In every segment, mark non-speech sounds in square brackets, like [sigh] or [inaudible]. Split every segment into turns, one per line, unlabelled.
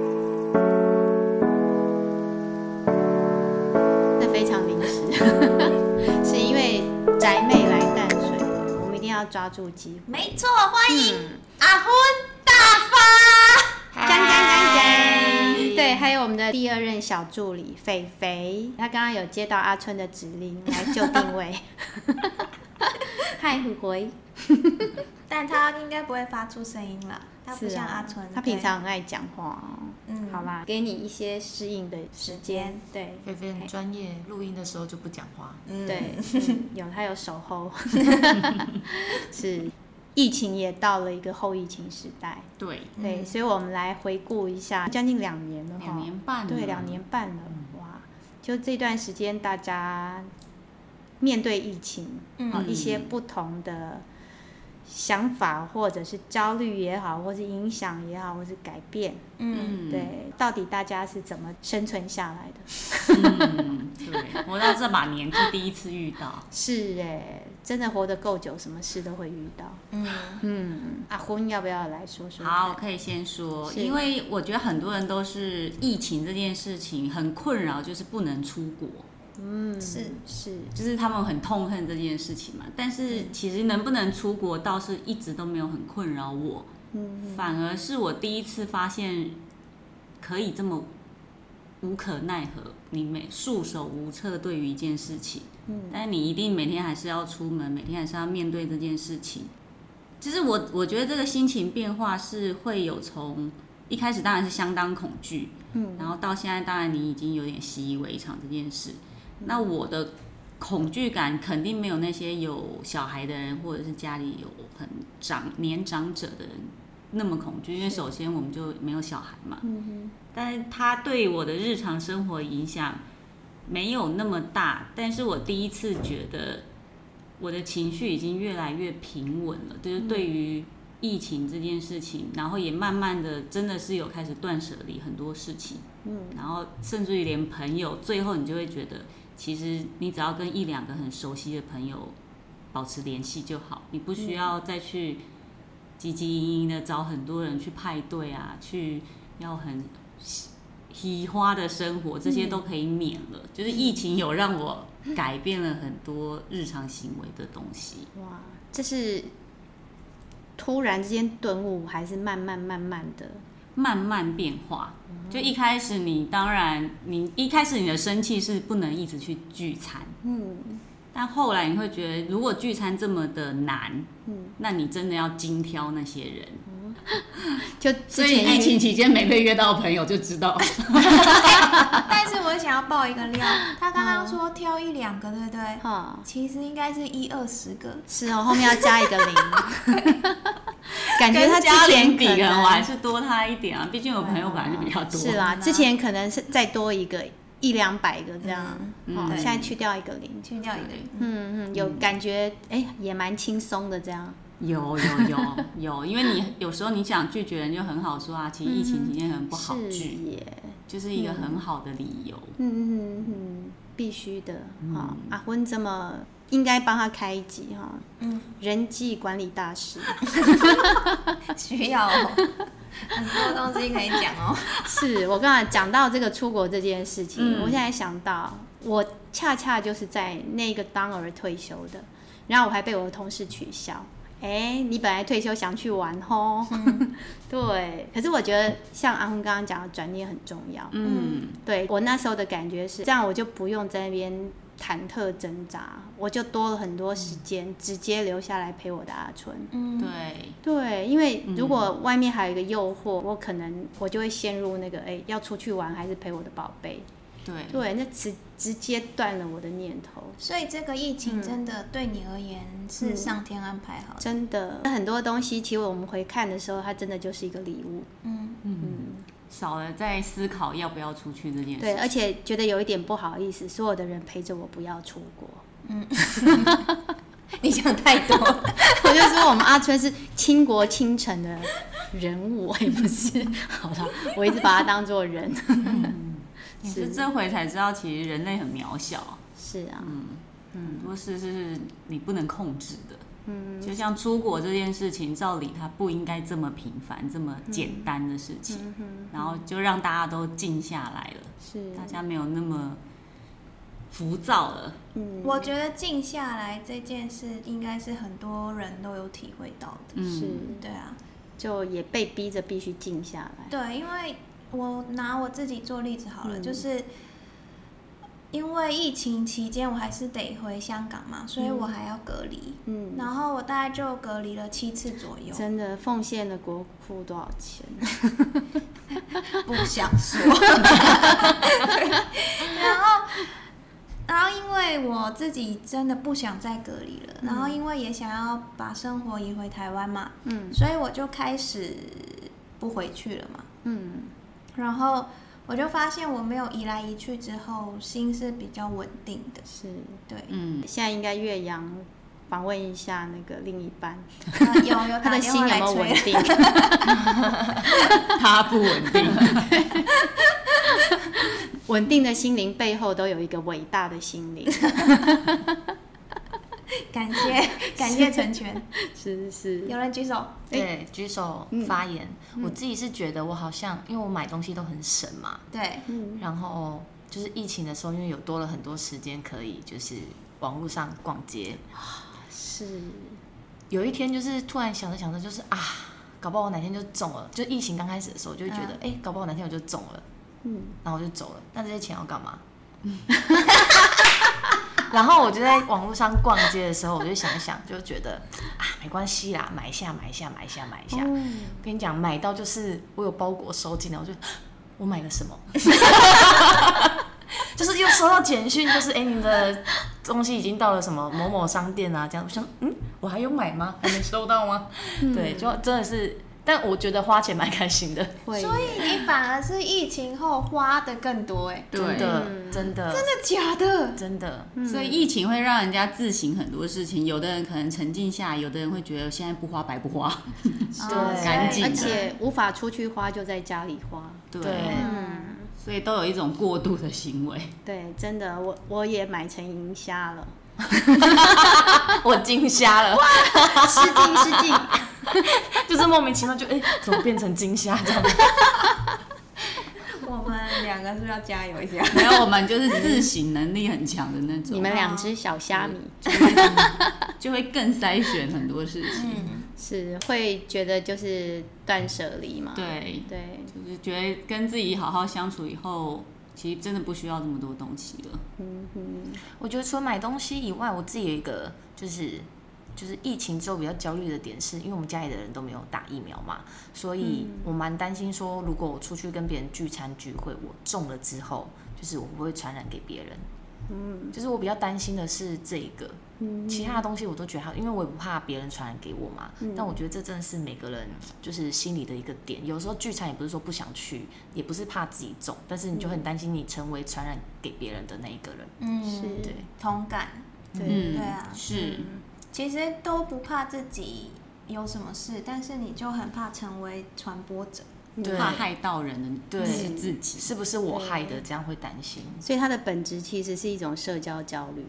[laughs] 要抓住机会。
没错，欢迎
嗯，
阿昏大发，
干干干干。对，还有我们的第二任小助理肥肥，他刚刚有接到阿春的指令来就定位。 [laughs] 嗨，虎回，
但他应该不会发出声音了，他不
是
像
啊
阿春，
他平常很爱讲话哦。
嗯
好啦，给你一些适应的时间
时间。
对，
菲菲很专业，录音的时候就不讲话。
对
对， [laughs] 嗯有他有守候， [laughs] 是疫情也到了一个后疫情时代，
对，
对，所以我们来回顾一下，将近两年了哈，
嗯哦两年半了嗯
对，两年半了，哇，就这段时间大家面对疫情，
嗯
啊一些不同的想法或者是焦虑也好，或是影响也好，或是改变，
嗯，
对，到底大家是怎么生存下来的？
嗯，
[laughs]
对，活到这把年纪第一次遇到，
是哎、真的活得够久，什么事都会遇到。
嗯，
嗯，阿坤要不要来说说？
好，我，可以先说，
是
因为我觉得很多人都是疫情这件事情很困扰，就是不能出国，
嗯，
是 [laughs]
是，
就是他们很痛恨这件事情嘛。但是其实能不能出国倒是一直都没有很困扰我，
嗯，
反而是我第一次发现可以这么无可奈何，你每束手无策对于一件事情，
嗯，
但你一定每天还是要出门，每天还是要面对这件事情。其实我我觉得这个心情变化是会有从一开始当然是相当恐惧，
嗯，
然后到现在当然你已经有点习以为常这件事。那
嗯
我的恐惧感肯定没有那些有小孩的人或者是家里有很长年长者的人那么恐惧，因为首先我们就没有小孩嘛，
嗯
但是它对我的日常生活影响没有那么大，但是我第一次觉得我的情绪已经越来越平稳了，
嗯
就是对于疫情这件事情，然后也慢慢的真的是有开始断舍离很多事情，
嗯，
然后甚至于连朋友，最后你就会觉得，其实你只要跟一两个很熟悉的朋友保持联系就好，你不需要再去汲汲营营的找很多人去派对啊，去要很喜花的生活，这些都可以免了。就是疫情有让我改变了很多日常行为的东西。
哼，哇，这是突然之间顿悟，还是慢慢慢慢的？
慢慢变化。就一开始你当然你一开始你的生气是不能一直去聚餐，
嗯
但后来你会觉得如果聚餐这么的难，
嗯，
那你真的要精挑那些人。
就之前
疫情期间没被约到的朋友就知道，
但是我想要爆一个料，他刚刚说挑一两个，对不对？
哈、
其实应该是一二十个，
是哦，后面要加一个
[laughs]
零，感觉他
[laughs] 哎跟家
之前
人比
可
可能我啊还
能
是多他一点啊，毕竟我朋友本来就比较多。嗯
是啦，之前可能是再多一个一两百个这样，
嗯
哦，
对
现在去掉一个零，
去掉一个。
嗯嗯，有感觉，哎、也蛮轻松的这样。
有有有有，因为你有时候你想拒绝人就很好说啊，其实疫情期间很不好
是
聚，
耶，
就是一个很好的理由。
嗯嗯嗯嗯，必须的哈、阿昏这么应该帮他开一集哈、
嗯，
人际管理大师
需要、哦、很多东西可以讲
[laughs]
哦。
是我刚才讲到这个出国这件事情，
嗯
我现在想到我恰恰就是在那个当儿退休的，然后我还被我的同事取笑。哎、你本来退休想去玩吼，对。可是我觉得像阿昏刚刚讲的，转念很重要。
嗯，
对我那时候的感觉是，这样我就不用在那边忐忑挣扎，我就多了很多时间，直接留下来陪我的阿春。
嗯，
对，
对，因为如果外面还有一个诱惑，我可能我就会陷入那个，哎，要出去玩还是陪我的宝贝？
对，
对，那直直接断了我的念头。
所以这个疫
嗯
情真的对你而言是上天安排好的。
真的，很多东西其实我们回看的时候，它真的就是一个礼物。
嗯，
嗯，少了在思考要不要出去这件
对，
事。
而且觉得有一点不好意思，所有的人陪着我不要出国。
嗯
[laughs]
你想太多了。
我就说我们阿春是倾国倾城的人物，也不是。好啦，我一直把他当做人。
也是这回才知道，其实人类很渺小，
是啊，
嗯
很多事是你不能控制的。嗯，就像出国这件事情，照理它不应该这么频繁、这么简单的事情，然后就让大家都静下来了，
是
大家没有那么浮躁了。
嗯，
我觉得静下来这件事，应该是很多人都有体会到的。
嗯，
是
对啊，
就也被逼着必须静下来。
对，因为我拿我自己做例子好了，
嗯
就是因为疫情期间我还是得回香港嘛，所以我还要隔离，
嗯，
然后我大概就隔离了七次左右，
真的奉献了国库多少钱？ [laughs]
不想说。然后，然后因为我自己真的不想再隔离
嗯
了，然后因为也想要把生活移回台湾嘛，
嗯
所以我就开始不回去了嘛。
嗯
然后我就发现我没有移来移去之后，心是比较稳定的。
是，
对，
嗯，
现在应该岳阳访问一下那个另一半，
呃有
他
有打
的
电
心有
话来
没有稳
催，
定？
他不嗯稳 [laughs] 定。
哎
稳定的心灵背后都有一个伟大的心 [laughs] 灵。
[laughs] 感谢感谢成全，
是是是，
有人举手。
对，举手发言。
嗯
我自己是觉得我好像，因为我买东西都很省嘛，
对，
嗯
然后就是疫情的时候，因为有多了很多时间可以就是网络上逛街。
是，
有一天就是突然想着想着，就是啊，搞不好我哪天就中了。就疫情刚开始的时候，就会觉得，哎、搞不好哪天我就中了，
嗯，
然后我就走了。那这些钱要干嘛？ [laughs] 然后我就在网络上逛街的时候，我就想一想，就觉得啊，没关系啦，买一下，买一下，买一下，买一下。
哦
跟你讲，买到就是我有包裹收进来，我就 [gasps] 我买了什么， [laughs] 就是又收到简讯，就是哎、诶你的东西已经到了什么某某商店啊，这样我想，嗯，我还有买吗？还没收到吗？对，就真的是，但我觉得花钱蛮开心的，
会
所以你反而是疫情后花的更多哎，
对
真的，
嗯
真的，
真的假的？
真的，
所以疫情会让人家自省很多事情，有的人可能沉浸下来，有的人会觉得现在不花白不
[laughs]
花。
哦
对
干净
而
的
且无法出去花，就在家里花。
对，
对
嗯，
所以都有一种过度的行为。 [laughs]
对，真的，我我也买成银虾了，
我惊瞎了， [laughs]
失敬失敬。
就是莫名其妙就哎、诶怎么变成惊吓这样？
[laughs] 我们两个是不是要加油一下？
没有，我们就是自省能力很强的那种，
你们两只小虾米
就会更筛选很多事情。
嗯是会觉得就是断舍离嘛？
对，
对，嗯
就是觉得跟自己好好相处以后，其实真的不需要这么多东西了。
嗯嗯，
我觉得除了买东西以外，我自己有一个就是就是疫情之后比较焦虑的点是，因为我们家里的人都没有打疫苗嘛，所以我蛮担心说，如果我出去跟别人聚餐聚会，我中了之后，就是我会不会传染给别人？嗯，就是我比较担心的是这一个，其他的东西我都觉得还好，因为我也不怕别人传染给我嘛。但我觉得这真的是每个人就是心里的一个点。有时候聚餐也不是说不想去，也不是怕自己中，但是你就很担心你成为传染给别人的那一个人。
嗯，
是
对，
同感。
对，
嗯，
对啊
是，
其实都不怕自己有什么事，但是你就很怕成为传播者。
嗯
对
怕害到人的
对
是自己。
是不是我害的？这样会担心。
所以它的本质其实是一种社交焦虑，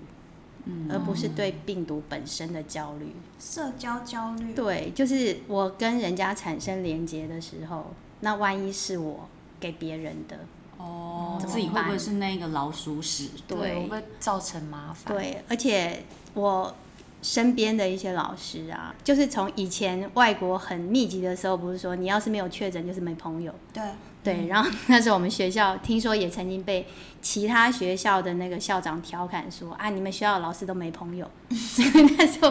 嗯，而不是对病毒本身的焦虑。
社交焦虑，
对，就是我跟人家产生连接的时候，那万一是我给别人的，
哦，
怎么
自己会不
办
会是那个老鼠屎？
我
对
会造成麻烦。，
对，而且我身边的一些老师啊，就是从以前外国很密集的时候，不是说你要是没有确诊就是没朋友。
对，
对，然后那时候我们学校听说也曾经被其他学校的那个校长调侃说啊，你们学校的老师都没朋友。 [laughs] 所以那时候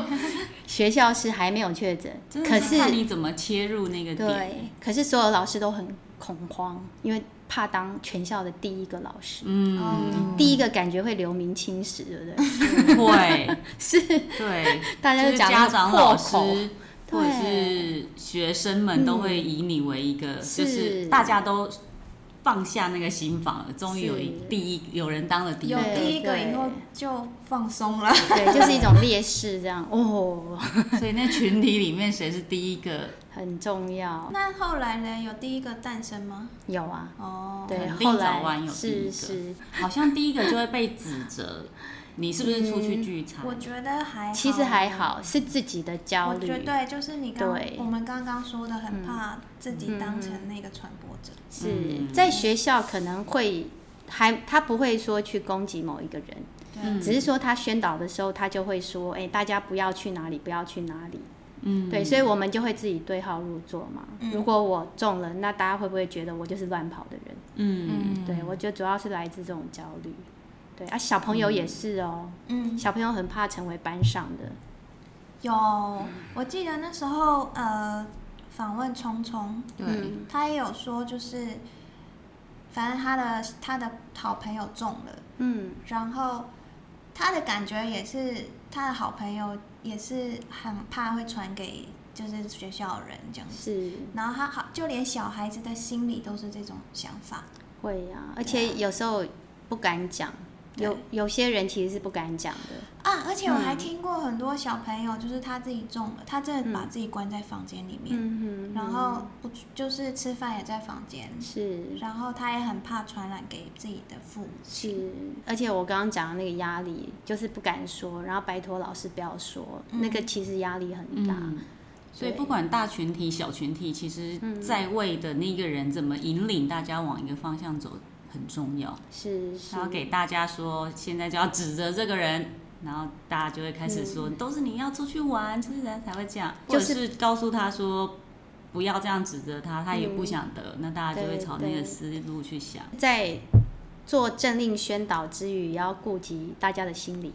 学校是还没有确诊，
真
可
的
是
看你怎么切入那个点。
对，可是所有老师都很恐慌，因为怕当全校的第一个老师，
嗯，
嗯，
第一个感觉会留名青史，对不对？
[laughs] 会，
[laughs] 是
对，
大家
就
都
是
讲
家
那个
长、
破
老师
口。嗯
或者是学生们都会以你为一个，就是
是
大家都放下那个心防了，终于有一
是
第一有人当了第一
有
个，
第一个
对
以后就放
[laughs]
松了。
对，就是一种劣势，这样哦，
所以那群体里面谁是第一个？
很重要。
那后来呢？有第一个诞生吗？
有啊，
哦，
对，
肯定
后
早晚
来
有第一
是
个
是，
好像第一个就会被指责，你是不是出去聚
嗯
餐？
我觉得还好
其实还。好，是自己的焦
我觉得
虑，
对，就是你刚
对嗯
我们刚刚说的，很怕自己当成那个传播者。
嗯
是在学校可能会还他不会说去攻击某一个人，
嗯
对，
只是说他宣导的时候，他就会说，哎、大家不要去哪里，不要去哪里。
嗯，
对，所以我们就会自己对号入座嘛。
嗯
如果我中了，那大家会不会觉得我就是乱跑的人？
嗯，
对我觉得主要是来自这种焦虑。对啊，小朋友也是哦，
嗯，
小朋友很怕成为班上的。
有，我记得那时候呃访问聪聪，
对，
嗯
他也有说就是，反正他的他的好朋友中了，
嗯
然后他的感觉也是他的好朋友也是很怕会传给就是学校的人这样子。
是
然后他好，就连小孩子的心里都是这种想法。
会呀、而且有时候不敢讲，有有些人其实是不敢讲的。
啊，而且我
嗯
还听过很多小朋友，就是他自己中了，他真的
嗯
把自己关在房间里面，
嗯哼，
然后不出就是吃饭也在房间，
是
然后他也很怕传染给自己的父母亲。
是，而且我刚刚讲的那个压力，就是不敢说，然后拜托老师不要说，
嗯
那个其实压力很大。
嗯所以
对嗯
不管大群体、小群体，其实在位的那个人怎么引领大家往一个方向走很重要。
是是
然，后给大家说，现在就要指责这个人，然后大家就会开始说，都是你要出去玩，出去玩才会这样，
就
或
是
者是告诉他说不要这样指责他，他也
嗯
不想得，那大家就会
对
朝那
对
个思路去想。
在做政令宣导之余，也要顾及大家的心理。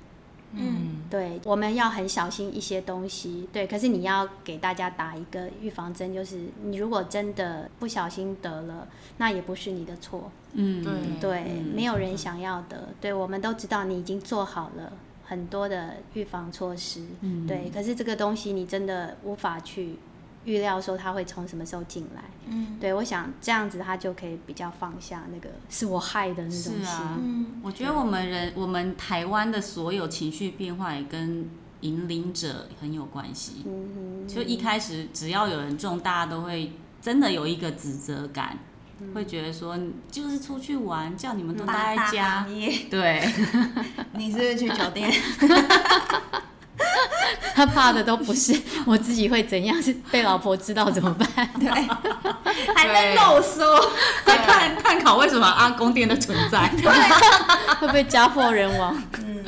嗯，
对，我们要很小心一些东西。对，可是你要给大家打一个预防针，就是你如果真的不小心得了，那也不是你的错。
嗯，
对
对，
嗯
没有人想要得。对，我们都知道你已经做好了很多的预防措施。
嗯
对，可是这个东西你真的无法去预料说它会从什么时候进来。
嗯，
对，我想这样子他就可以比较放下那个是我害的那种
是
心。
[laughs] 啊
嗯，
我觉得我们人，我们台湾的所有情绪变化也跟引领者很有关系。
嗯
就一开始只要有人中，大家都会真的有一个指责感，
嗯
会觉得说就是出去玩，叫你们都待在
[laughs]
家。
你
对，
[laughs] 你是不是去酒店？ [laughs]
哼，他怕的都不是我自己会怎样，是被老婆知道怎么办？ [laughs]
对，还在漏说。
在探探讨为什么阿公殿的存在。
[laughs]
会不会家破人亡？
嗯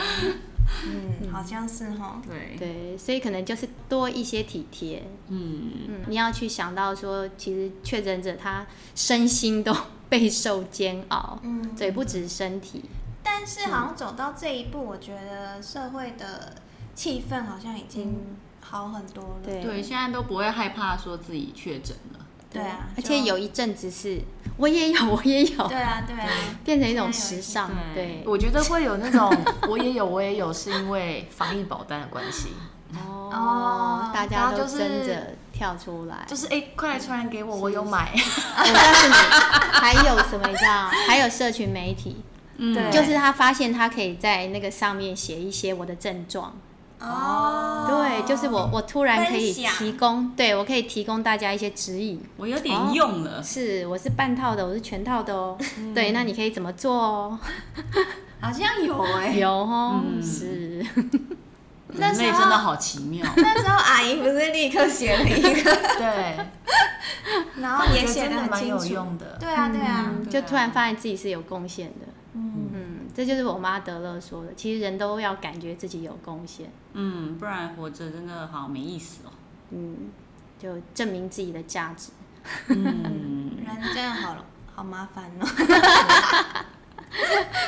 嗯，好像是哈。
对，
对，所以可能就是多一些体贴。
嗯，
嗯，你要去想到说，其实确诊者他身心都备受煎熬，
嗯，
对，不止身体。
但是好像走到这一步，我觉得社会的气氛好像已经好很多了。
嗯对
对，现在都不会害怕说自己确诊了。
对啊
而
就
且有一阵子是我也
[laughs]
有，我也有，
对啊，对啊，
变成一种
现在有
时
一
尚。对
对，
我觉得会有那种我也有我也有，是因为防疫保单的关系，
哦
哦，
大
然
家
后
都
就是
争着跳出来。
就是哎、快来传染给我，我有买，
我告
[laughs]
诉你，还有什么你知道？还有社群媒体，
嗯
对
就是他发现他可以在那个上面写一些我的症状。
哦，
对，就是我我突然可以
分享
提供，对我可以提供大家一些指引。
我有点用了。
是，我是半套的，我是全套的哦。对，那你可以怎么做哦？
好像有哎、
有哦，
嗯
是。
那
人
时候。
类真的好奇妙
[laughs] 那时候阿姨不是立刻写了一个，
对，
然后也
我觉
写
得
得
真的
很
蛮
清
有
楚。
用的，
对啊，对啊，
嗯
对
就
啊
突然发现自己是有贡献的。
嗯，
嗯，这就是我妈德勒说的，其实人都要感觉自己有贡献，
嗯，不然活着真的好没意思哦。
嗯，就证明自己的价值。
嗯，
人真的好好麻烦哦。 [laughs]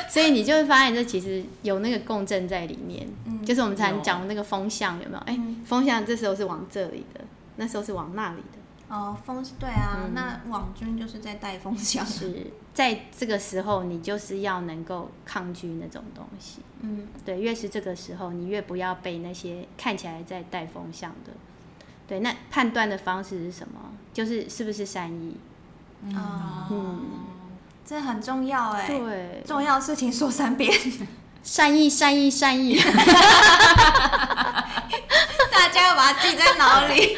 所以你就会发现，这其实有那个共振在里面，
嗯
就是我们常
有
讲那个风向有没有？哎、
嗯
风向这时候是往这里的，那时候是往那里的，
哦，风对啊，那网军就是在带风向。
是在这个时候，你就是要能够抗拒那种东西。
嗯，
对，越是这个时候，你越不要被那些看起来在带风向的。对，那判断的方式是什么？就是是不是善意？
哦，
嗯，
这很重要哎、
对，
重要事情说三 [laughs] 遍，
善意，善意，善意。
大家要把它记在脑里。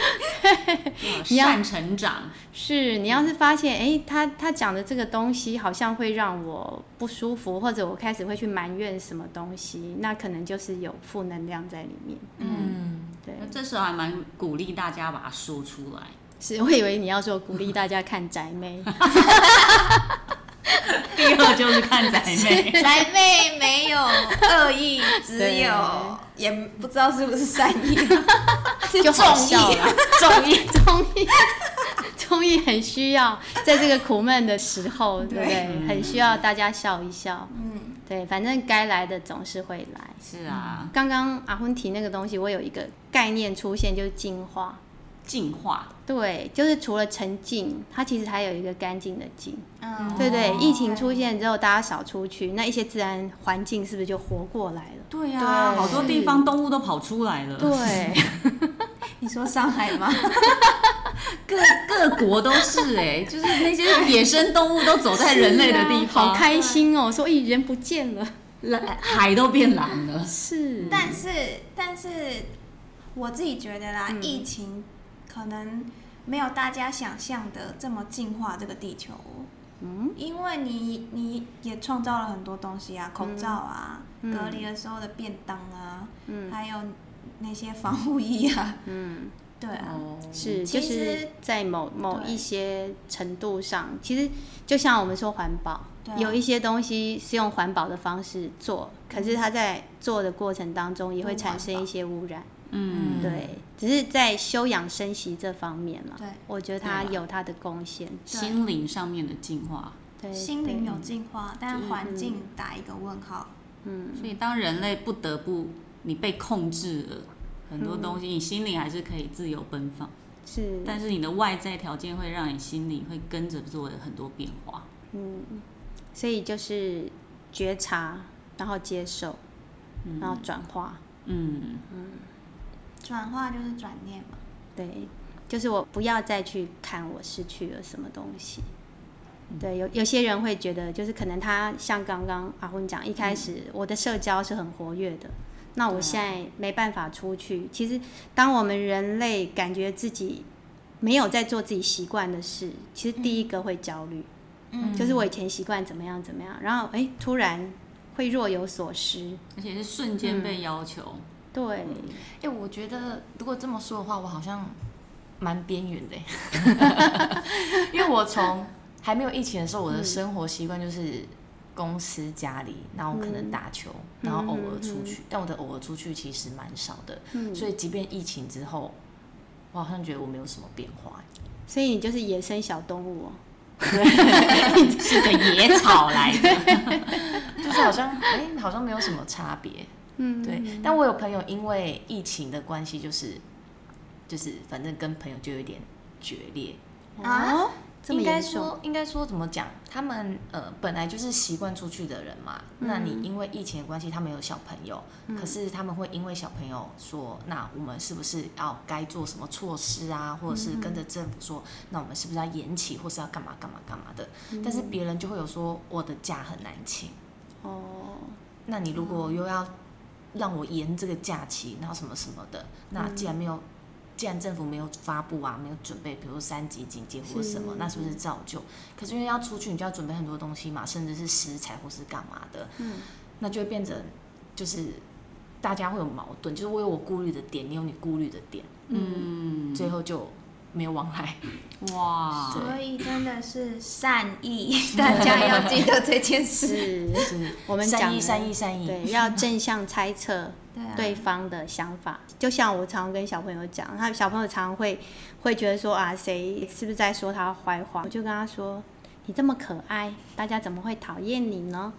[laughs]
你要
哦善成长。
是你要是发现，诶，他他讲的这个东西好像会让我不舒服，或者我开始会去埋怨什么东西，那可能就是有负能量在里面。
嗯，
对，
这时候还蛮鼓励大家把它说出来。
嗯 [laughs] 是我以为你要说鼓励大家看宅妹，
第二就是看宅
[laughs]
妹，
宅妹没有恶意，只
对
有也不知道是不是善意，是
就
中
好笑
意。
了。 [laughs] 综艺，综艺，综艺很需要，在这个苦闷的时候，对不对？很需要大家笑一笑。
嗯，
对，反正该来的总是会来。
是啊，
刚刚阿昏提那个东西，我有一个概念出现，就是净化。
进化
对，就是除了沉静，它其实还有一个干净的净。
嗯，
对对
哦，
疫情出现之后，大家少出去，那一些自然环境是不是就活过来了？
对
对啊
好多地方动物都跑出来了，
对，
你说上海吗？
各各国都是哎、 [laughs] 就是那些野生动物都走在人类的地
好
方，
开心哦！说，咦，人不见了，
蓝海都变蓝了，
[laughs] 是，
但是，但是我自己觉得啦，
嗯
疫情可能没有大家想象的这么净化这个地球。嗯，因为你你也创造了很多东西啊，口罩啊，
嗯
隔离的时候的便当啊，
嗯
还有那些防护衣啊，
嗯，
对啊，
哦，
是，
其
就
实
是在某某
对
一些程度上，其实就像我们说环保
对啊，
有一些东西是用环保的方式做，可是它在做的过程当中也会
不环
产生
保
一些污染。
嗯，
嗯
对，只是在修养生息这方面嘛，
对
我觉得它
对啊
有它的贡献。
心灵上面的进化。
对，
啊心灵有净化，但
嗯
环境打一个问号。
嗯
所以当人类不得不你被控制了很多东西，你心灵还是可以自由奔放，
是，
但是你的外在条件会让你心灵会跟着做很多变化。
所以就是觉察，然后接受，然后转化。
嗯，
嗯
转化就是转念嘛，
对，就是我不要再去看我失去了什么东西。对，有有些人会觉得，就是可能他像刚刚阿昏讲，一开始我的社交是很活跃的，那我现在没办法出去。其实，当我们人类感觉自己没有在做自己习惯的事，其实第一个会焦虑，
嗯
就是我以前习惯怎么样怎么样，然后哎，突然会若有所失。
而且是瞬间被要求，
对，
哎、我觉得如果这么说的话，我好像蛮边缘的欸， [laughs] 因为我从还没有疫情的时候，我
嗯
的生活习惯就是公司、家里，然后可
嗯
能打球，然后偶尔出去，但我的偶尔出去其实蛮少的，
嗯，
所以即便疫情之后，我好像觉得我没有什么变化欸。
所以你就是野生小动物哦。
是个野草来的。
就是好像 [laughs] 哎、好像没有什么差别。
嗯，
对，但我有朋友因为疫情的关系，就是就是反正跟朋友就有一点决裂。
哦，这么
应该
严重。
说，应该说怎么讲？他们呃本来就是习惯出去的人嘛。那
嗯
你因为疫情的关系，他们有小朋友，可是他们会因为小朋友说，那我们是不是要该做什么措施啊？或者是跟
嗯
着政府说，那我们是不是要延期，或是要干嘛干嘛干嘛的？但
嗯
是别人就会有说，我的假很难请。
哦，
那你如果又要让我延这个假期，然后什么什么的，那既然没有，既然政府没有发布啊，没有准备，比如说三级警戒或者什么，
是
那是不是造就？可是因为要出去，你就要准备很多东西嘛，甚至是食材或是干嘛的，
嗯，
那就会变成就是大家会有矛盾，就是我有我顾虑的点，你有你顾虑的点，
嗯，
最后就没有往来。
哇，
所以真的是善意， [laughs] 大家要记得这件事。
是
是
[laughs] 我们
善
讲
意，
了
善意，善意。
对，要正向猜测
对
[laughs]
啊，
对方的想法。就像我常跟小朋友讲，他小朋友常会会觉得说啊，谁是不是在说他坏话？我就跟他说，你这么可爱，大家怎么会讨厌你呢？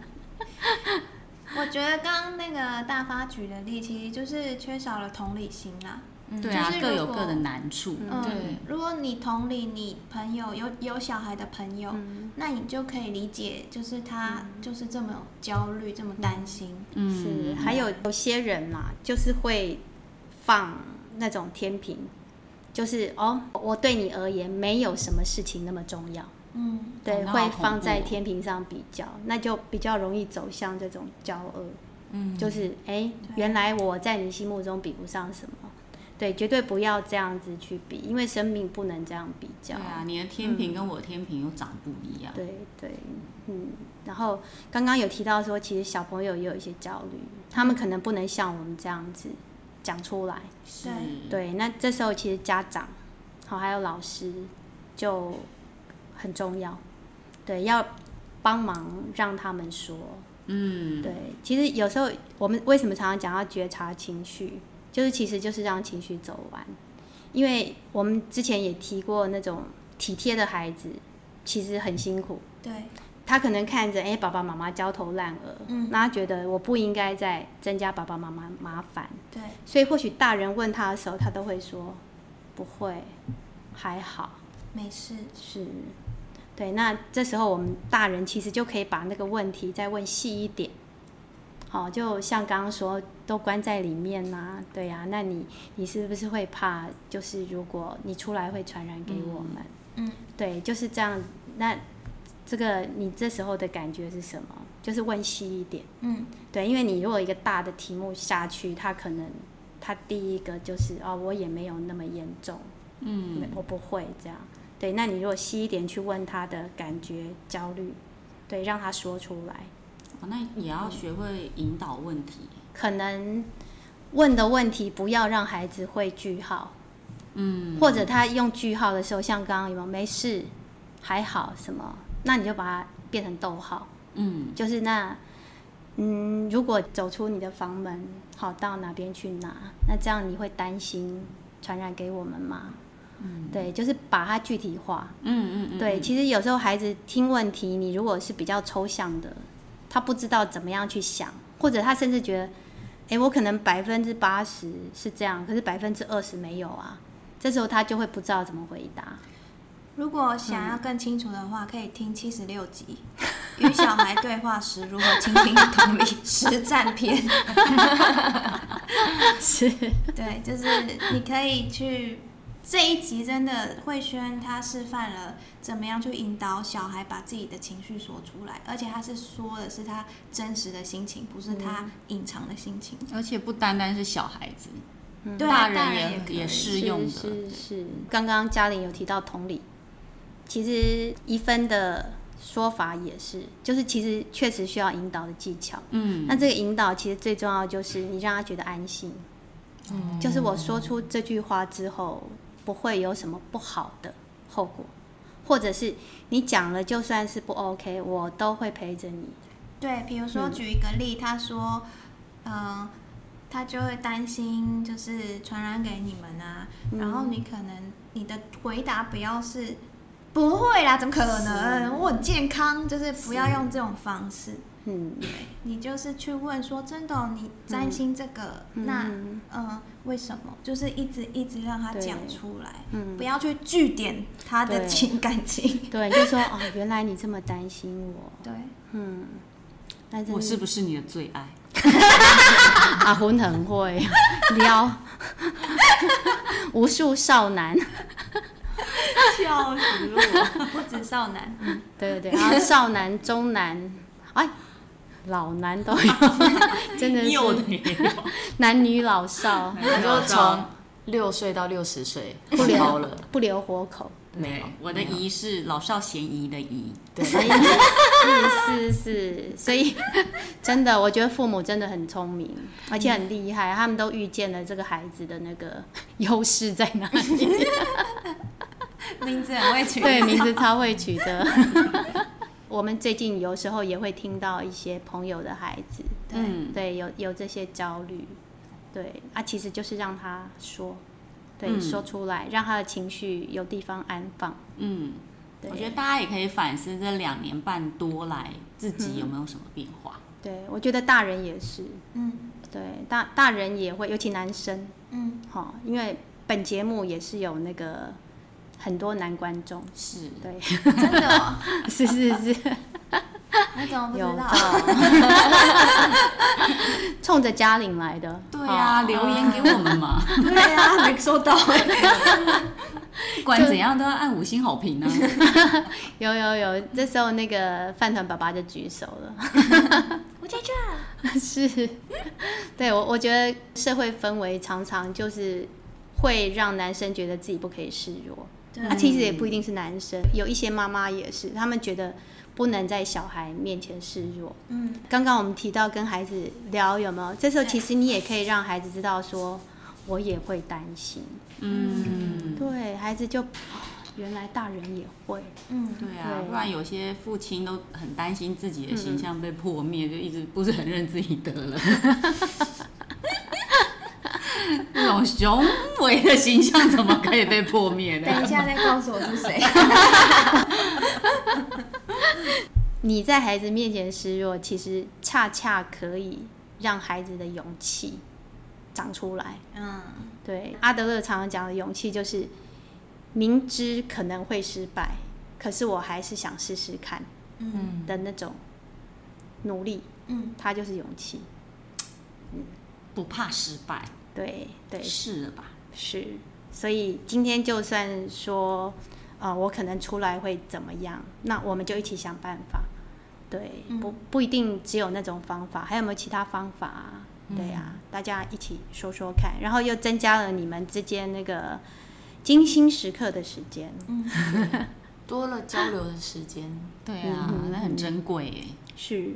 [laughs] 我觉得刚刚那个大发举的例，其实就是缺少了同理心啦。
对啊
就，是
各
如
有
果
各的难处。
嗯
嗯，
对
如果你同理你朋友有有小孩的朋友，那你就可以理解，就是他就是这么焦虑，这么担心。
是，
嗯，
还有有些人嘛，就是会放那种天平，就是哦，我对你而言没有什么事情那么重要。
嗯，
对，
那好
会
恐
放
怖
在
哦
天平上比较，那就比较容易走向这种骄傲。嗯，就是哎、诶原来我在你心目中比不上什么。对，绝对不要这样子去比，因为生命不能这样比较。
对啊，你的天平跟我的天平又长不一样。
对对，嗯。然后刚刚有提到说，其实小朋友也有一些焦虑，他们可能不能像我们这样子讲出来。
是，
对，那这时候其实家长，好，还有老师就很重要。对，要帮忙让他们说。
嗯，
对，其实有时候我们为什么常常讲要觉察情绪，就是其实就是让情绪走完，因为我们之前也提过那种体贴的孩子，其实很辛苦，
对，
他可能看着哎、诶爸爸妈妈焦头烂额，
嗯
那他觉得我不应该再增加爸爸妈妈麻烦，
对，
所以或许大人问他的时候，他都会说不会，还好。
没事，
是，对。那这时候我们大人其实就可以把那个问题再问细一点。好、就像刚刚说，都关在里面呐、对呀、那你你是不是会怕？就是如果你出来会传染给我们，
嗯，
对，就是这样。那这个你这时候的感觉是什么？就是问细一点，
嗯，
对，因为你如果一个大的题目下去，他可能他第一个就是哦，我也没有那么严重，没
嗯，
我不会这样。对，那你如果细一点去问他的感觉、焦虑，对，让他说出来，
哦那也要学会引导问题。
可能问的问题不要让孩子会句号，
嗯，
或者他用句号的时候，像刚刚有没有没事，还好什么，那你就把它变成逗号，
嗯
就是那。嗯，如果走出你的房门，好到哪边去哪？那这样你会担心传染给我们吗？嗯，对，就是把它具体化。
嗯嗯嗯，
对，其实有时候孩子听问题，你如果是比较抽象的，他不知道怎么样去想，或者他甚至觉得，诶，我可能百分之八十是这样，可是百分之二十没有啊，这时候他就会不知道怎么回答。
如果想要更清楚的话，可以听七十六集《与小孩对话时如何倾听同理实战
[laughs]
篇》。
是，
对，就是你可以去这一集真的慧轩他示范了怎么样去引导小孩把自己的情绪说出来，而且他是说的是他真实的心情，不是
嗯
他隐藏的心情。
而且不单单是小孩子，
对
大
啊，
人
大人
也
可
也
以
适用的
是是是。刚刚嘉玲有提到同理，其实一分的说法也是，就是其实确实需要引导的技巧。
嗯，
那这个引导其实最重要就是你让他觉得安心，
哦
就是我说出这句话之后不会有什么不好的后果，或者是你讲了就算是不 OK，我都会陪着你。
对，比如说举一个例，他说，嗯、他就会担心就是传染给你们啊，然后你可能你的回答不要是不会啦，怎么可能？我很健康，就是不要用这种方式。
嗯，
对，你就是去问说，真的哦、你担心这个，那嗯、呃为什么？就是一直一直让他
对
讲出来，
嗯
不要去据点他的
对
情感情。 [laughs]
对，你就说哦，原来你这么担心我，
对，
嗯，那真啊
我是不是你的最爱？
阿魂很 [laughs] 会撩无数少男，
笑死我！ [laughs] 不止少男，嗯，
对对对， [laughs] 然后少男、中男，哎，老男都
[laughs]
有，真的是
有的也有，
男女老少
[laughs]
你就从六岁到六十岁
不
高
留
了，
不留活口，
没
对
有，
我的
没有
姨是老少咸宜的宜，
对，
所以是是是，所以 [laughs] 真的，我觉得父母真的很聪明，而且很厉害，他们都预见了这个孩子的那个优势在哪里，
名字很会取。
对，名字超会取的。 [laughs] 我们最近有时候也会听到一些朋友的孩子，
对
嗯，
对，有有这些焦虑，对，啊，其实就是让他说，对，
嗯
说出来，让他的情绪有地方安放，
嗯，
对
我觉得大家也可以反思这两年半多来自己有没有什么变化。
对，我觉得大人也是，
嗯
对，大大人也会，尤其男生，
嗯，
哈、因为本节目也是有那个很多男观众，
是，
对， [laughs]
真的、哦，
是是是，
你怎么不知
有
道
到？冲着嘉玲来的，
对呀、
哦
留言给我们嘛，
对啊， [laughs] 没收到。
不管怎样都要按五星好评啊呢、
有有有，这时候那个饭团爸爸就举手了。 [laughs]
我在这儿。
是，对我我觉得社会氛围常常就是会让男生觉得自己不可以示弱。
对
啊，其实也不一定是男生，有一些妈妈也是，他们觉得不能在小孩面前示弱。
嗯，
刚刚我们提到跟孩子聊有没有？这时候其实你也可以让孩子知道说，我也会担心。
嗯，
对孩子就、哦原来大人也会，
嗯，
对啊，
对
不然有些父亲都很担心自己的形象被破灭，就一直不承认自己得了。 [laughs] 那种雄伟的形象怎么可以被破灭
等一
呢？
下再告诉我是谁。
你在孩子面前示弱，其实恰恰可以让孩子的勇气长出来。
[laughs] 嗯，
对，阿德勒常常讲的勇气就是，明知可能会失败，可是我还是想试试看
嗯
的那种努力，
嗯，
它就是勇气。
不怕失败，
对对，
是啊了吧？
是，所以今天就算说，呃，我可能出来会怎么样，那我们就一起想办法。对，
嗯
不不一定只有那种方法，还有没有其他方法啊？对呀、
嗯
大家一起说说看，然后又增加了你们之间那个精心时刻的时间。
嗯
多了交流的时间，
对啊，那很珍贵耶，
是，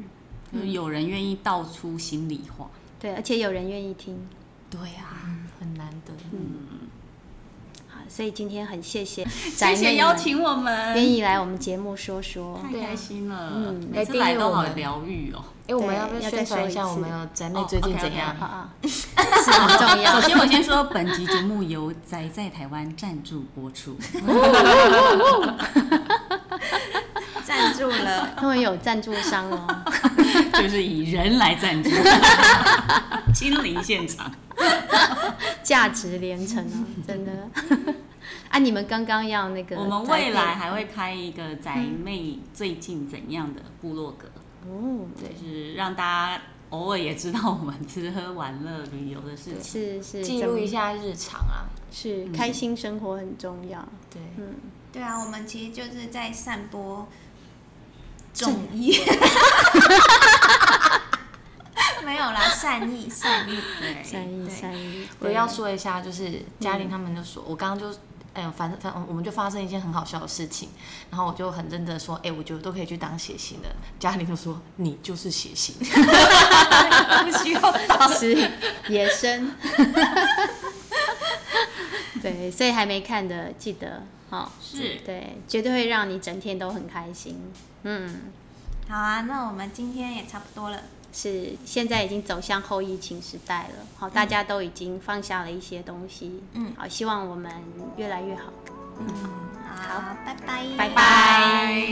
就是有人愿意道出心里话。
对，而且有人愿意听。
对啊，很难得。
好，所以今天很谢
[laughs]
谢宅内们，
谢谢邀请我们，
愿意来我们节目说说。
太开心了，
嗯
每次来都好疗愈哦。
哎，我们要不要
要再说
宣传一
一
下
次
我们有宅内最
哦
近
，OK，OK，
怎样？
啊啊， [laughs] 是很重要
首。先，我先说，本集节目由宅在台湾赞助播出。 [laughs]
赞助了，
他们有赞助商哦。
就是以人来赞助，亲临现场。
价值连城啊，
嗯
真的。 [laughs] 啊，你们刚刚要那个，
我们未来还会开一个宅妹最近怎样的部落格，
哦，
就是让大家偶尔也知道我们吃喝玩乐、旅游的事情。
是是，
记录一下日常啊，
怎么，是开心生活很重要。
对，
对啊，我们其实就是在散播正 [laughs] 义，没有啦，善意善意，
对，
善意
对
善意，
嗯我要说一下，就是嘉玲他们就说，我刚刚就，哎、反正反正我们就发生一件很好笑的事情，然后我就很认真的说，哎、我觉得都可以去当写信的。嘉玲就说，你就是写信，
不需要道歉。
是野生。 [laughs] 对，所以还没看的记得好，
是
对，绝对会让你整天都很开心。嗯，
好啊，那我们今天也差不多了。
是现在已经走向后疫情时代了，好，
嗯
大家都已经放下了一些东西，
嗯
好，希望我们越来越好。
好，拜拜，
拜拜。